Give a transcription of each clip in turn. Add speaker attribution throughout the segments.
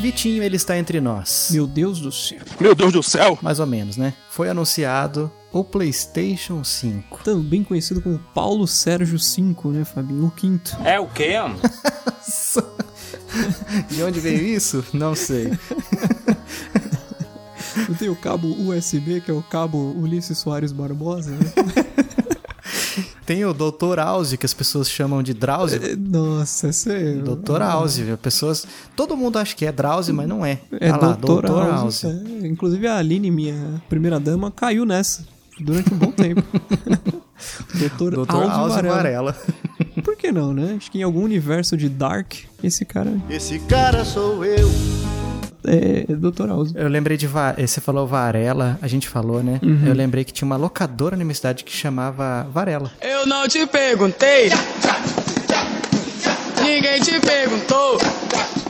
Speaker 1: Vitinho, ele está entre nós.
Speaker 2: Meu Deus do céu.
Speaker 3: Meu Deus do céu!
Speaker 1: Mais ou menos, né? Foi anunciado o PlayStation 5.
Speaker 2: Também conhecido como Paulo Sérgio V, né, Fabinho? O quinto.
Speaker 4: É o quê, mano?
Speaker 1: De onde veio isso? Não sei.
Speaker 2: Não tem o cabo USB, que é o cabo Ulisses Soares Barbosa, né?
Speaker 1: Tem o Dr. Alzi, que as pessoas chamam de Drauzio.
Speaker 2: É, Nossa, esse é...
Speaker 1: Doutor Alzi, viu? pessoas. Todo mundo acha que é Drauzio, mas não é.
Speaker 2: É
Speaker 1: Ah
Speaker 2: doutora
Speaker 1: Dr.
Speaker 2: House. É, Inclusive a Aline, minha primeira dama, caiu nessa durante um bom tempo. Doutor
Speaker 1: Dr.
Speaker 2: Alves
Speaker 1: Alzi
Speaker 2: Varela.
Speaker 1: Varela.
Speaker 2: Por que não, né? Acho que em algum universo de Dark, esse cara
Speaker 5: Esse cara sou eu.
Speaker 2: é, é Dr. Alves.
Speaker 1: Eu lembrei de. Va- eh, Você falou Varela, a gente falou, né?
Speaker 2: Uhum.
Speaker 1: Eu lembrei que tinha uma locadora na minha cidade que chamava Varela.
Speaker 6: Eu não te perguntei. Ninguém te perguntou.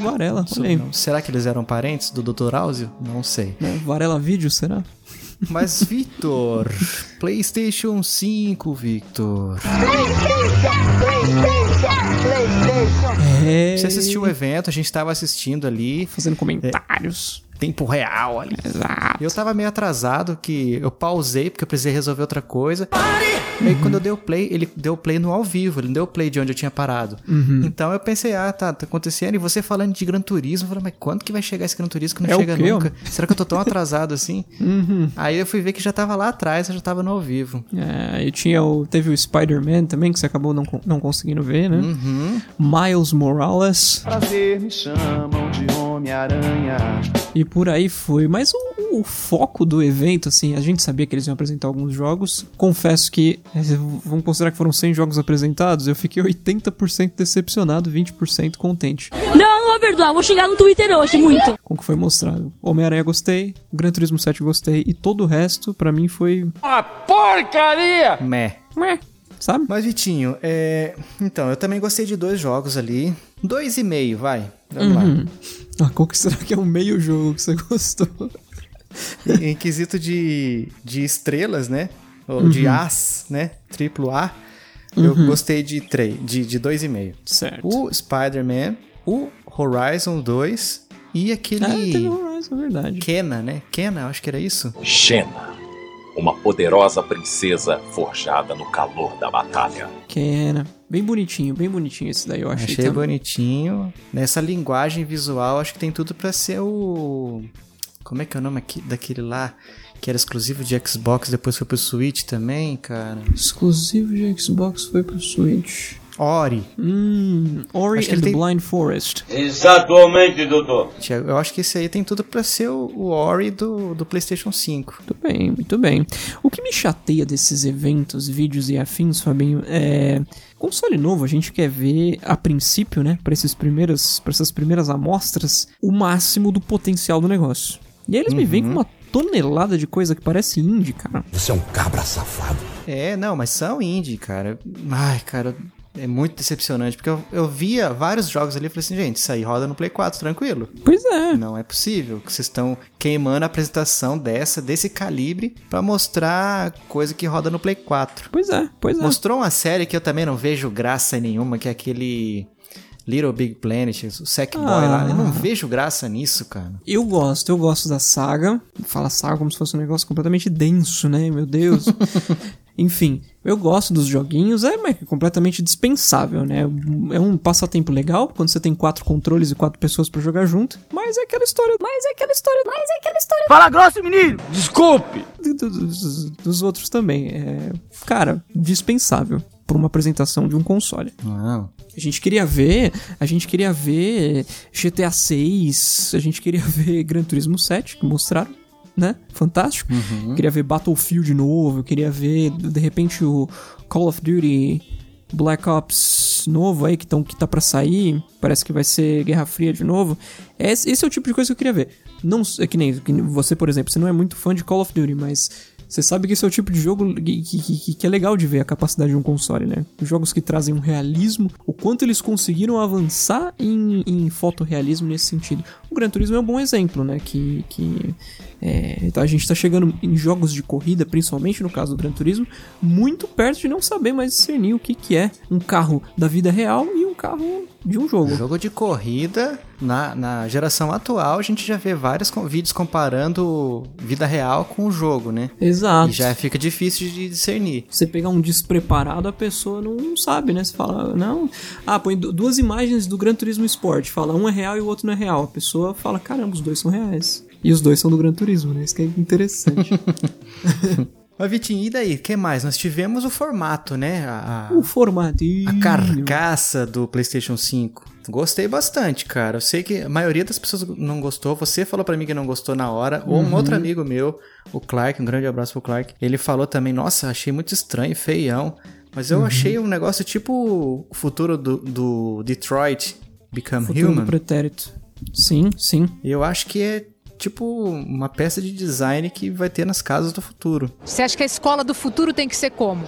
Speaker 2: Varela, olha aí.
Speaker 1: Não- Será que eles eram parentes do Dr. Alzio? Não sei.
Speaker 2: Né? Varela Vídeo, será?
Speaker 1: Mas, Victor, PlayStation 5, Victor.
Speaker 2: É...
Speaker 1: Você assistiu o evento, a gente tava assistindo ali,
Speaker 2: Fazendo comentários.
Speaker 1: tempo real ali.
Speaker 2: Exato.
Speaker 1: Eu tava meio atrasado, que eu pausei porque eu precisei resolver outra coisa. E aí, quando eu dei o play, ele deu play no ao vivo, ele não deu play de onde eu tinha parado.
Speaker 2: Uhum.
Speaker 1: Então eu pensei, ah, tá, tá acontecendo. E você falando de Gran Turismo, eu falei, mas quando que vai chegar esse Gran Turismo que não
Speaker 2: É o
Speaker 1: chega
Speaker 2: quê, Uhum.
Speaker 1: nunca? Será que eu tô tão atrasado assim? Aí eu fui ver que já tava lá atrás, eu já tava no ao vivo.
Speaker 2: É, e tinha o, teve o Spider-Man também, que você acabou não, con- não conseguindo ver, né? Miles Morales.
Speaker 5: Prazer, me chamam de Homem-Aranha.
Speaker 2: E por aí foi. Mas o, o foco do evento, assim, a gente sabia que eles iam apresentar alguns jogos. Confesso que, eh, vamos considerar que foram 100 jogos apresentados, eu fiquei 80% decepcionado, 20% contente
Speaker 7: Não, não vou perdoar, vou xingar no Twitter hoje, muito.
Speaker 2: com o que foi mostrado. Homem-Aranha gostei, Gran Turismo 7 gostei, e todo o resto, pra mim, foi. É.
Speaker 1: Meh.
Speaker 2: Ué, sabe?
Speaker 1: Mas, Vitinho, é... então, eu também gostei de dois jogos ali. Dois e meio, vai. Vamos lá.
Speaker 2: Ah, qual que será que é o meio jogo que você gostou?
Speaker 1: Em em quesito de, de estrelas, né? Ou de As, né? Triplo A. Eu gostei de, três, de, de dois e meio.
Speaker 2: Certo.
Speaker 1: O Spider-Man, o Horizon 2 e
Speaker 2: Ah, teve
Speaker 1: aquele...
Speaker 2: Horizon, é verdade.
Speaker 1: Kena, né? Kena, acho que era isso.
Speaker 8: Xena, uma poderosa princesa forjada no calor da batalha.
Speaker 2: Kena. Bem bonitinho, bem bonitinho esse daí, eu achei. tá?
Speaker 1: Achei
Speaker 2: também.
Speaker 1: bonitinho. Nessa linguagem visual, acho que tem tudo pra ser o. Como é que é o nome aqui, daquele lá? Que era exclusivo de Xbox, depois foi pro Switch também, cara.
Speaker 2: Exclusivo de Xbox foi pro Switch.
Speaker 1: Ori.
Speaker 2: Hum, Ori
Speaker 1: Acho que
Speaker 2: and
Speaker 1: ele
Speaker 2: the
Speaker 1: tem-
Speaker 2: Blind Forest.
Speaker 4: Exatamente, doutor.
Speaker 1: Tiago, Eu acho que esse aí tem tudo pra ser o, o Ori do, do PlayStation 5.
Speaker 2: Muito bem, muito bem. O que me chateia desses eventos, vídeos e afins, Fabinho, é. Console novo, a gente quer ver, a princípio, né, pra, esses primeiros, pra essas primeiras amostras, o máximo do potencial do negócio. E aí eles me vêm com uma tonelada de coisa que parece indie, cara.
Speaker 9: Você é um cabra safado.
Speaker 1: É, não, mas são indie, cara. Ai, cara, é muito decepcionante. Porque eu, eu via vários jogos ali e falei assim, gente, isso aí roda no Play 4, tranquilo.
Speaker 2: Pois é.
Speaker 1: Não é possível que vocês estão queimando a apresentação dessa, desse calibre, pra mostrar coisa que roda no Play 4.
Speaker 2: Pois é, pois é.
Speaker 1: Mostrou uma série que eu também não vejo graça nenhuma, que é aquele Little Big Planet, o Sackboy
Speaker 2: Ah.
Speaker 1: lá. Eu não vejo graça nisso, cara.
Speaker 2: Eu gosto, eu gosto da saga. Fala saga como se fosse um negócio completamente denso, né? Meu Deus. Enfim, eu gosto dos joguinhos, é mas é completamente dispensável, né? É um passatempo legal quando você tem quatro controles e quatro pessoas pra jogar junto, mas é aquela história, mas é aquela história, mas é aquela história
Speaker 6: Fala grosso, menino. Desculpe.
Speaker 2: do- do- dos, dos outros também. É, cara, dispensável por uma apresentação de um console.
Speaker 1: Não.
Speaker 2: A gente queria ver, a gente queria ver GTA 6, a gente queria ver Gran Turismo 7, que mostraram, né? Fantástico. Queria ver Battlefield novo, eu queria ver de repente o Call of Duty Black Ops novo aí que, tão, que tá pra sair, parece que vai ser Guerra Fria de novo. Esse, esse é o tipo de coisa que eu queria ver. Não s- é que nem que nem você, por exemplo, você não é muito fã de Call of Duty, mas você sabe que esse é o tipo de jogo que, que- que- que é legal de ver a capacidade de um console, né? Jogos que trazem um realismo, o quanto eles conseguiram avançar em, em fotorrealismo nesse sentido. O Gran Turismo é um bom exemplo, né? Que, que É, então a gente tá chegando em jogos de corrida, principalmente no caso do Gran Turismo, muito perto de não saber mais discernir o que, que é um carro da vida real e um carro de um jogo.
Speaker 1: Jogo de corrida, na, na geração atual, a gente já vê vários com- vídeos comparando vida real com o jogo, né?
Speaker 2: Exato.
Speaker 1: E já fica difícil de discernir.
Speaker 2: Você pegar um despreparado, a pessoa não, não sabe, né? Você fala, não. Ah, põe du- duas imagens do Gran Turismo Sport. Fala, um é real e o outro não é real. A pessoa fala, caramba, os dois são reais. E os dois são do Gran Turismo, né? Isso que é interessante.
Speaker 1: Mas, Vitinho, e daí? O que mais? Nós tivemos o formato, né? A, a-
Speaker 2: o formato.
Speaker 1: a carcaça do PlayStation 5. Gostei bastante, cara. Eu sei que a maioria das pessoas não gostou. Você falou pra mim que não gostou na hora. Ou um outro amigo meu, o Clark, um grande abraço pro Clark. Ele falou também: Nossa, achei muito estranho, feião. Mas eu achei um negócio tipo o futuro do, do Detroit Become
Speaker 2: Futuro do
Speaker 1: Human.
Speaker 2: pretérito. Sim, sim.
Speaker 1: E eu acho que é tipo uma peça de design que vai ter nas casas do futuro.
Speaker 3: Você acha que a escola do futuro tem que ser como?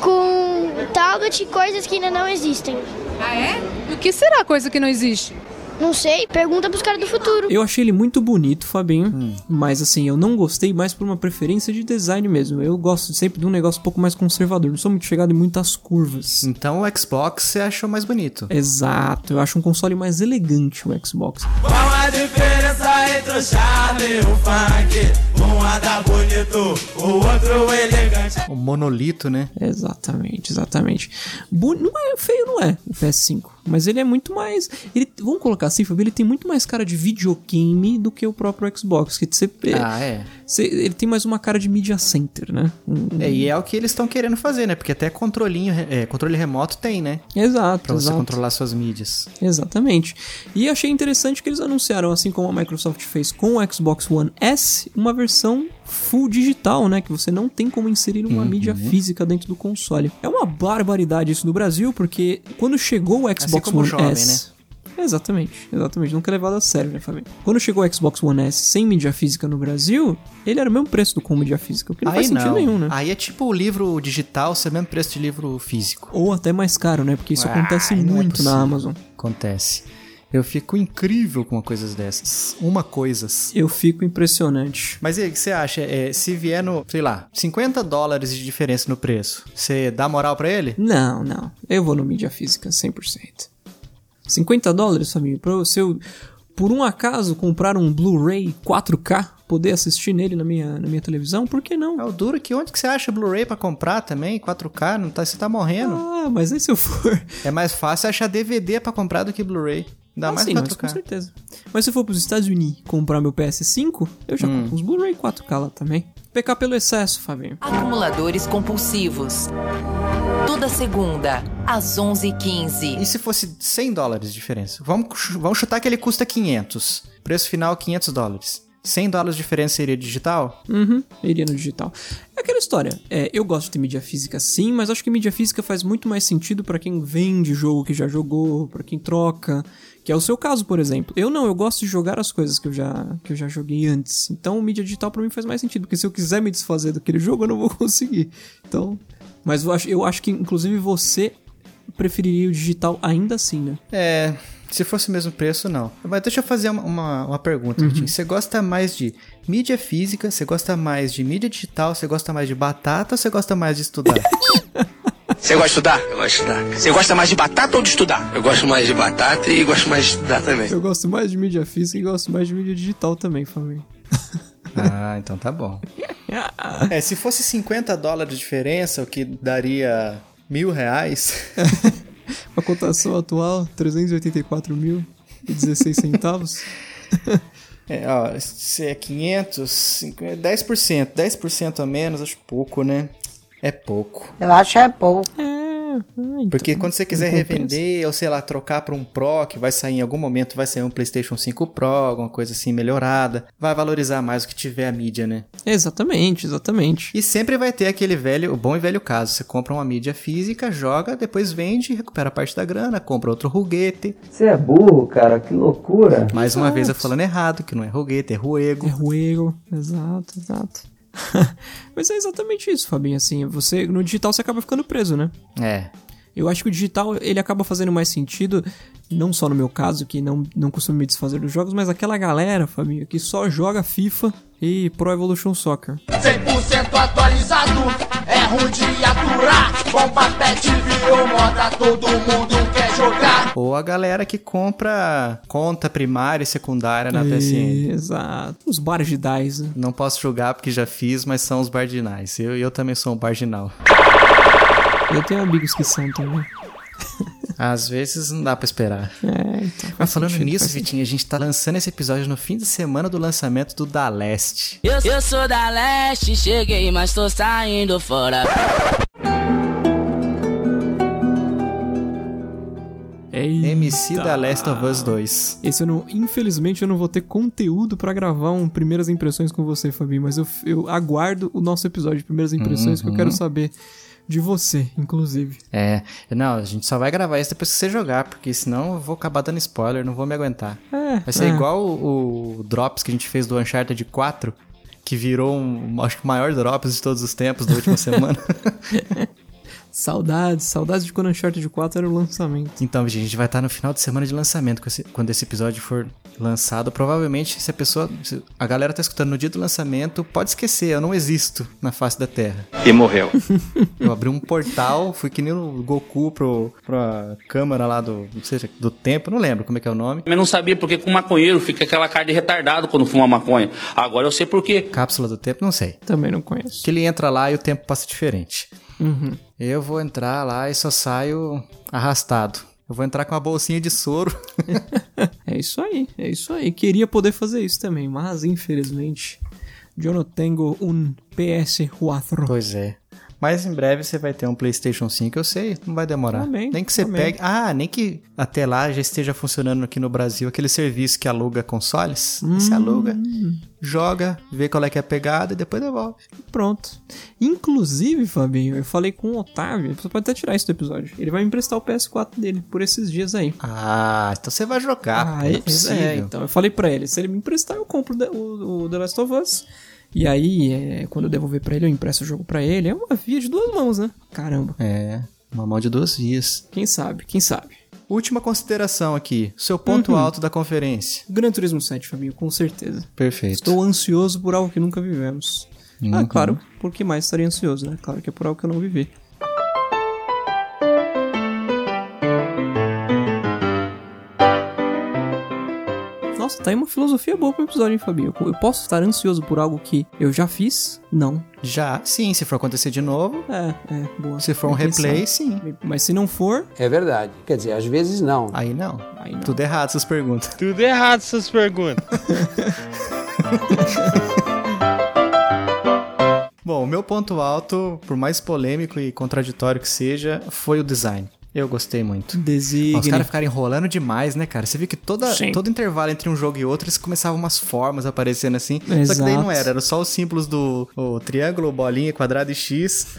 Speaker 9: com tablet e coisas que ainda não existem.
Speaker 3: Ah, é? E o que será a coisa que não existe?
Speaker 9: Não sei, pergunta pros caras do futuro.
Speaker 2: Eu achei ele muito bonito, Fabinho. Mas assim, eu não gostei mais por uma preferência de design mesmo. Eu gosto sempre de um negócio um pouco mais conservador. Não sou muito chegado em muitas curvas.
Speaker 1: Então o Xbox você achou mais bonito.
Speaker 2: Exato, eu acho um console mais elegante o Xbox.
Speaker 6: Qual a diferença entre o charme e o funk? Um anda bonito, o outro elegante.
Speaker 1: O monolito, né?
Speaker 2: Exatamente, exatamente. Bu- não é feio, não é, o PS5. Mas ele é muito mais. Ele, vamos colocar assim, Fabio, ele tem muito mais cara de videogame do que o próprio Xbox. Que você,
Speaker 1: Ah, é.
Speaker 2: você- ele tem mais uma cara de media center, né? Um-
Speaker 1: É, e é o que eles estão querendo fazer, né? Porque até controlinho, re- é, controle remoto tem, né?
Speaker 2: Exato,
Speaker 1: Pra você
Speaker 2: exato.
Speaker 1: controlar suas mídias.
Speaker 2: Exatamente. E achei interessante que eles anunciaram, assim como a Microsoft fez com o Xbox One S, uma versão full digital, né? Que você não tem como inserir uma mídia física dentro do console. É uma barbaridade isso no Brasil, porque quando chegou o Xbox
Speaker 1: Assim como o
Speaker 2: One
Speaker 1: jovem, né?
Speaker 2: S. Exatamente, exatamente. Nunca é levado a sério, né, Fabinho? Quando chegou o Xbox One S sem mídia física no Brasil, ele era o mesmo preço do com mídia física, o que não faz sentido nenhum, né?
Speaker 1: Aí é tipo o livro digital ser o mesmo preço de livro físico.
Speaker 2: Ou até mais caro, né? Porque isso
Speaker 1: Ah,
Speaker 2: acontece
Speaker 1: não é
Speaker 2: muito
Speaker 1: possível.
Speaker 2: na Amazon.
Speaker 1: Acontece. Eu fico incrível com coisas dessas. Uma coisas.
Speaker 2: Eu fico impressionante.
Speaker 1: Mas e aí, o que você acha? É, se vier no, sei lá, 50 dólares de diferença no preço, você dá moral pra ele?
Speaker 2: Não, não. Eu vou no mídia física 100%. 50 dólares, família, pra eu- se eu por um acaso comprar um Blu-ray 4K, poder assistir nele na minha, na minha televisão, por que não?
Speaker 1: É o duro que onde que você acha Blu-ray pra comprar também? 4K? Não tá, você tá morrendo.
Speaker 2: Ah, mas aí se eu for.
Speaker 1: É mais fácil achar DVD pra comprar do que Blu-ray. Dá
Speaker 2: Ah,
Speaker 1: mais
Speaker 2: sim, mas
Speaker 1: 4K.
Speaker 2: com certeza. Mas se eu for pros Estados Unidos comprar meu PS5, eu já
Speaker 1: Hum.
Speaker 2: compro uns Blu-ray 4K lá também. Pecar pelo excesso, Fabinho.
Speaker 10: Acumuladores compulsivos. Toda segunda, às 11h15.
Speaker 1: E se fosse 100 dólares de diferença? Vamos, chu- vamos chutar que ele custa 500. Preço final 500 dólares. 100 dólares de diferença seria digital?
Speaker 2: Uhum, iria no digital. É aquela história. é, eu gosto de ter mídia física sim, mas acho que mídia física faz muito mais sentido pra quem vende jogo que já jogou, pra quem troca, que é o seu caso, por exemplo. Eu não, eu gosto de jogar as coisas que eu já, que eu já joguei antes. Então, mídia digital pra mim faz mais sentido, porque se eu quiser me desfazer daquele jogo, eu não vou conseguir. Então, mas eu acho, eu acho que inclusive você preferiria o digital ainda assim, né?
Speaker 1: É. Se fosse o mesmo preço, não. Mas deixa eu fazer uma, uma, uma pergunta, Vitinho. Você gosta mais de mídia física? Você gosta mais de mídia digital? Você gosta mais de batata ou você gosta mais de estudar?
Speaker 6: Você gosta de estudar? Eu gosto de estudar. Você gosta mais de batata ou de estudar? Eu gosto mais de batata e gosto mais de estudar também.
Speaker 2: É, Eu gosto mais de mídia física e gosto mais de mídia digital também, família.
Speaker 1: ah, então tá bom. É, se fosse 50 dólares de diferença, o que daria mil reais.
Speaker 2: A cotação atual, 384 mil e 16 centavos.
Speaker 1: É, ó, se é 500, 50, 10%, 10% a menos, acho pouco, né? É pouco.
Speaker 10: Eu acho é pouco.
Speaker 2: É,
Speaker 1: Porque quando você quiser revender ou, sei lá, trocar pra um Pro, que vai sair em algum momento, vai sair um PlayStation 5 Pro, alguma coisa assim melhorada, vai valorizar mais o que tiver a mídia, né?
Speaker 2: Exatamente, exatamente.
Speaker 1: E sempre vai ter aquele velho, o bom e velho caso. Você compra uma mídia física, joga, depois vende, recupera parte da grana, compra outro ruguete.
Speaker 6: Você é burro, cara, que loucura.
Speaker 1: Mais uma vez eu falando errado, que não é ruguete, é ruego.
Speaker 2: É ruego, exato, exato. Mas é exatamente isso, Fabinho. Assim, você no digital você acaba ficando preso, né?
Speaker 1: É.
Speaker 2: Eu acho que o digital ele acaba fazendo mais sentido, não só no meu caso, que não, não costumo me desfazer dos jogos, mas aquela galera, Fabinho, que só joga FIFA e Pro Evolution Soccer.
Speaker 6: 100% atualizado, é ruim de aturar. Bomba pet virou moda, todo mundo quer jogar.
Speaker 1: Ou a galera que compra conta primária e secundária na PSN.
Speaker 2: Exato. Os bares de DAIs, né?
Speaker 1: Não posso julgar porque já fiz, mas são os marginais. Eu, eu também sou um marginal.
Speaker 2: Eu tenho amigos que são também.
Speaker 1: Às vezes não dá pra esperar.
Speaker 2: É, então. faz
Speaker 1: Mas falando
Speaker 2: sentido,
Speaker 1: nisso,
Speaker 2: faz
Speaker 1: Vitinho, a gente tá lançando esse episódio no fim de semana do lançamento do Da Leste.
Speaker 11: Eu, eu sou da leste, cheguei, mas tô saindo fora.
Speaker 2: É
Speaker 1: MC Da Last of Us 2.
Speaker 2: Esse eu não, infelizmente eu não vou ter conteúdo pra gravar um primeiras impressões com você, Fabi, mas eu, eu aguardo o nosso episódio de primeiras impressões que eu quero saber de você, inclusive.
Speaker 1: É, não, a gente só vai gravar isso depois que você jogar, porque senão eu vou acabar dando spoiler, não vou me aguentar.
Speaker 2: É,
Speaker 1: Vai ser
Speaker 2: é.
Speaker 1: igual o, o Drops que a gente fez do Uncharted 4, que virou um, acho que o maior Drops de todos os tempos da última semana.
Speaker 2: Saudades, saudades de quando Uncharted 4 era o lançamento.
Speaker 1: Então, gente, a gente vai estar no final de semana de lançamento com esse- quando esse episódio for lançado. Provavelmente, se a pessoa. se a galera tá escutando no dia do lançamento, pode esquecer, eu não existo na face da Terra.
Speaker 5: E morreu.
Speaker 1: Eu abri um portal, fui que nem o Goku pro, pra câmara lá do. Não sei, é do tempo, não lembro como é que é o nome.
Speaker 4: Mas não sabia porque com maconheiro fica aquela cara de retardado quando fuma maconha. Agora eu sei por quê.
Speaker 1: Cápsula do tempo, não sei.
Speaker 2: Também não conheço.
Speaker 1: Que ele entra lá e o tempo passa diferente.
Speaker 2: Uhum.
Speaker 1: Eu vou entrar lá e só saio arrastado. Eu vou entrar com uma bolsinha de soro.
Speaker 2: É isso aí, é isso aí. Queria poder fazer isso também, mas infelizmente eu não tenho um PS4.
Speaker 1: Pois é. Mas em breve você vai ter um PlayStation 5, eu sei, não vai demorar.
Speaker 2: Amém,
Speaker 1: nem que você
Speaker 2: amém.
Speaker 1: pegue. Ah, nem que até lá já esteja funcionando aqui no Brasil aquele serviço que aluga consoles.
Speaker 2: Hum.
Speaker 1: Você aluga, joga, vê qual é que é a pegada e depois devolve.
Speaker 2: Pronto. Inclusive, Fabinho, eu falei com o Otávio, você pode até tirar isso do episódio. Ele vai me emprestar o PS4 dele por esses dias aí.
Speaker 1: Ah, então você vai jogar. pô, não é
Speaker 2: é,
Speaker 1: possível.
Speaker 2: é, então eu falei pra ele, se ele me emprestar, eu compro o The- o, o The Last of Us. E aí, é, quando eu devolver pra ele, eu empresto o jogo pra ele. É uma via de duas mãos, né? Caramba.
Speaker 1: É, uma mão de duas vias.
Speaker 2: Quem sabe, quem sabe.
Speaker 1: Última consideração aqui. Seu
Speaker 2: Uhum.
Speaker 1: ponto alto da conferência.
Speaker 2: Gran Turismo 7, Fabinho, com certeza.
Speaker 1: Perfeito.
Speaker 2: Estou ansioso por algo que nunca vivemos. Ah,
Speaker 1: Uhum.
Speaker 2: claro, por que mais estaria ansioso, né? Claro que é por algo que eu não vivi. Nossa, tá aí uma filosofia boa pro episódio, hein, Fabinho? Eu eu posso estar ansioso por algo que eu já fiz? Não.
Speaker 1: Já, sim, se for acontecer de novo.
Speaker 2: É, é, boa.
Speaker 1: Se for um
Speaker 2: Bem pensado.
Speaker 1: replay, sim.
Speaker 2: Mas se não for,
Speaker 12: É verdade. Quer dizer, às vezes não.
Speaker 1: Aí não.
Speaker 2: aí não.
Speaker 1: Tudo errado essas perguntas.
Speaker 13: Tudo errado essas perguntas.
Speaker 1: Bom, o meu ponto alto, por mais polêmico e contraditório que seja, foi o design. Eu gostei muito.
Speaker 2: Designe.
Speaker 1: Os caras ficaram enrolando demais, né, cara? Você viu que toda,
Speaker 2: Sim.
Speaker 1: todo intervalo entre um jogo e outro, eles começavam umas formas aparecendo assim. Só que daí
Speaker 2: Exato.
Speaker 1: não era, era só os símbolos do o triângulo, bolinha, quadrado e X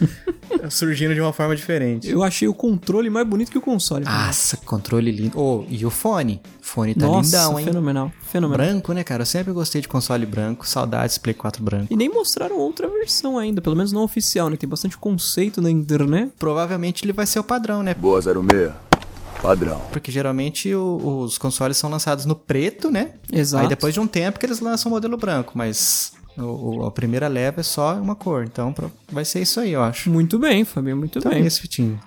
Speaker 1: surgindo de uma forma diferente.
Speaker 2: Eu achei o controle mais bonito que o console. Fabinho.
Speaker 1: Nossa, controle lindo. Oh, e o fone? O fone Ah, tá
Speaker 2: Nossa,
Speaker 1: lindão, hein?
Speaker 2: fenomenal, fenomenal.
Speaker 1: Branco, né, cara? Eu sempre gostei de console branco. Saudades Play 4 branco.
Speaker 2: E nem mostraram outra versão ainda, pelo menos não oficial, né? Tem bastante conceito na internet.
Speaker 1: Provavelmente ele vai ser o padrão, né?
Speaker 14: Boa 06, padrão.
Speaker 1: Porque geralmente o- os consoles são lançados no preto, né?
Speaker 2: Exato.
Speaker 1: Aí depois de um tempo que eles lançam o modelo branco, mas o- o- a primeira leva é só uma cor. Então pro- vai ser isso aí, eu acho.
Speaker 2: Muito bem, Fabinho, muito
Speaker 1: Então
Speaker 2: bem. Ah,
Speaker 1: é isso, Vitinho.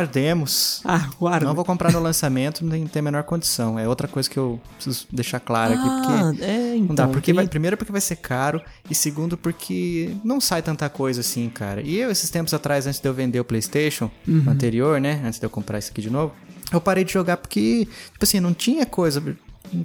Speaker 1: Aguardemos.
Speaker 2: Aguarda.
Speaker 1: Não vou comprar no lançamento, não tem, tem a menor condição. É outra coisa que eu preciso deixar clara aqui,
Speaker 2: Ah,
Speaker 1: porque
Speaker 2: é, então.
Speaker 1: não dá, porque
Speaker 2: tem-
Speaker 1: vai, primeiro porque vai ser caro e segundo porque não sai tanta coisa assim, cara. E eu esses tempos atrás, antes de eu vender o PlayStation
Speaker 2: Uhum.
Speaker 1: anterior, né, antes de eu comprar isso aqui de novo, eu parei de jogar porque tipo assim, não tinha coisa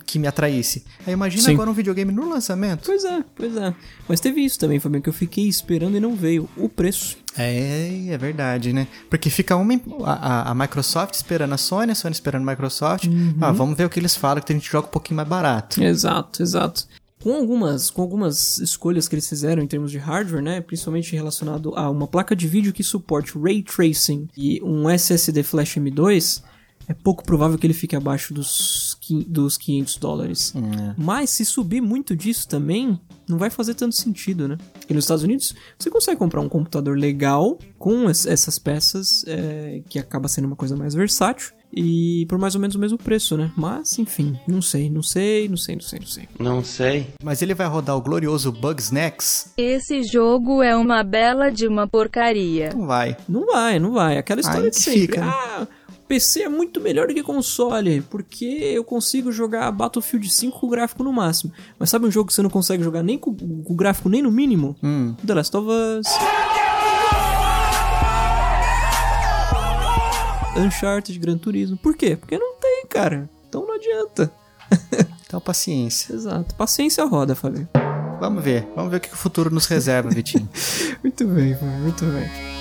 Speaker 1: que me atraísse. Aí imagina
Speaker 2: Sim.
Speaker 1: agora um videogame no lançamento.
Speaker 2: Pois é, pois é. Mas teve isso também, Fabinho, que eu fiquei esperando e não veio. O preço.
Speaker 1: É, é verdade, né? Porque fica uma em- a, a- a Microsoft esperando a Sony, a Sony esperando a Microsoft.
Speaker 2: Uhum.
Speaker 1: Ah, vamos ver o que eles falam que a gente joga um pouquinho mais barato.
Speaker 2: Exato, exato. Com algumas, com algumas escolhas que eles fizeram em termos de hardware, né? Principalmente relacionado a uma placa de vídeo que suporte ray tracing e um SSD flash M2, é pouco provável que ele fique abaixo dos, quin- dos 500 dólares. Mas se subir muito disso também, não vai fazer tanto sentido, né? Porque nos Estados Unidos, você consegue comprar um computador legal com es- essas peças, é, que acaba sendo uma coisa mais versátil, E por mais ou menos o mesmo preço, né? Mas, enfim, não sei, não sei, não sei, não sei, não sei.
Speaker 1: Não sei. Mas ele vai rodar o glorioso Bugsnax?
Speaker 15: Esse jogo é uma bela de uma porcaria.
Speaker 1: Não vai.
Speaker 2: Não vai, não vai. Aquela história
Speaker 1: Aí
Speaker 2: de
Speaker 1: que
Speaker 2: sempre.
Speaker 1: fica, né?
Speaker 2: Ah, PC é muito melhor do que console, porque eu consigo jogar Battlefield 5 com o gráfico no máximo. Mas sabe um jogo que você não consegue jogar nem com, com o gráfico nem no mínimo?
Speaker 1: Hum.
Speaker 2: The Last of Us. Uncharted, Gran Turismo. Por quê? Porque não tem, cara. Então não adianta.
Speaker 1: Então, paciência.
Speaker 2: Exato. Paciência roda, Fabinho.
Speaker 1: Vamos ver. Vamos ver o que o futuro nos reserva, Vitinho.
Speaker 2: Muito bem, Fabinho, muito bem.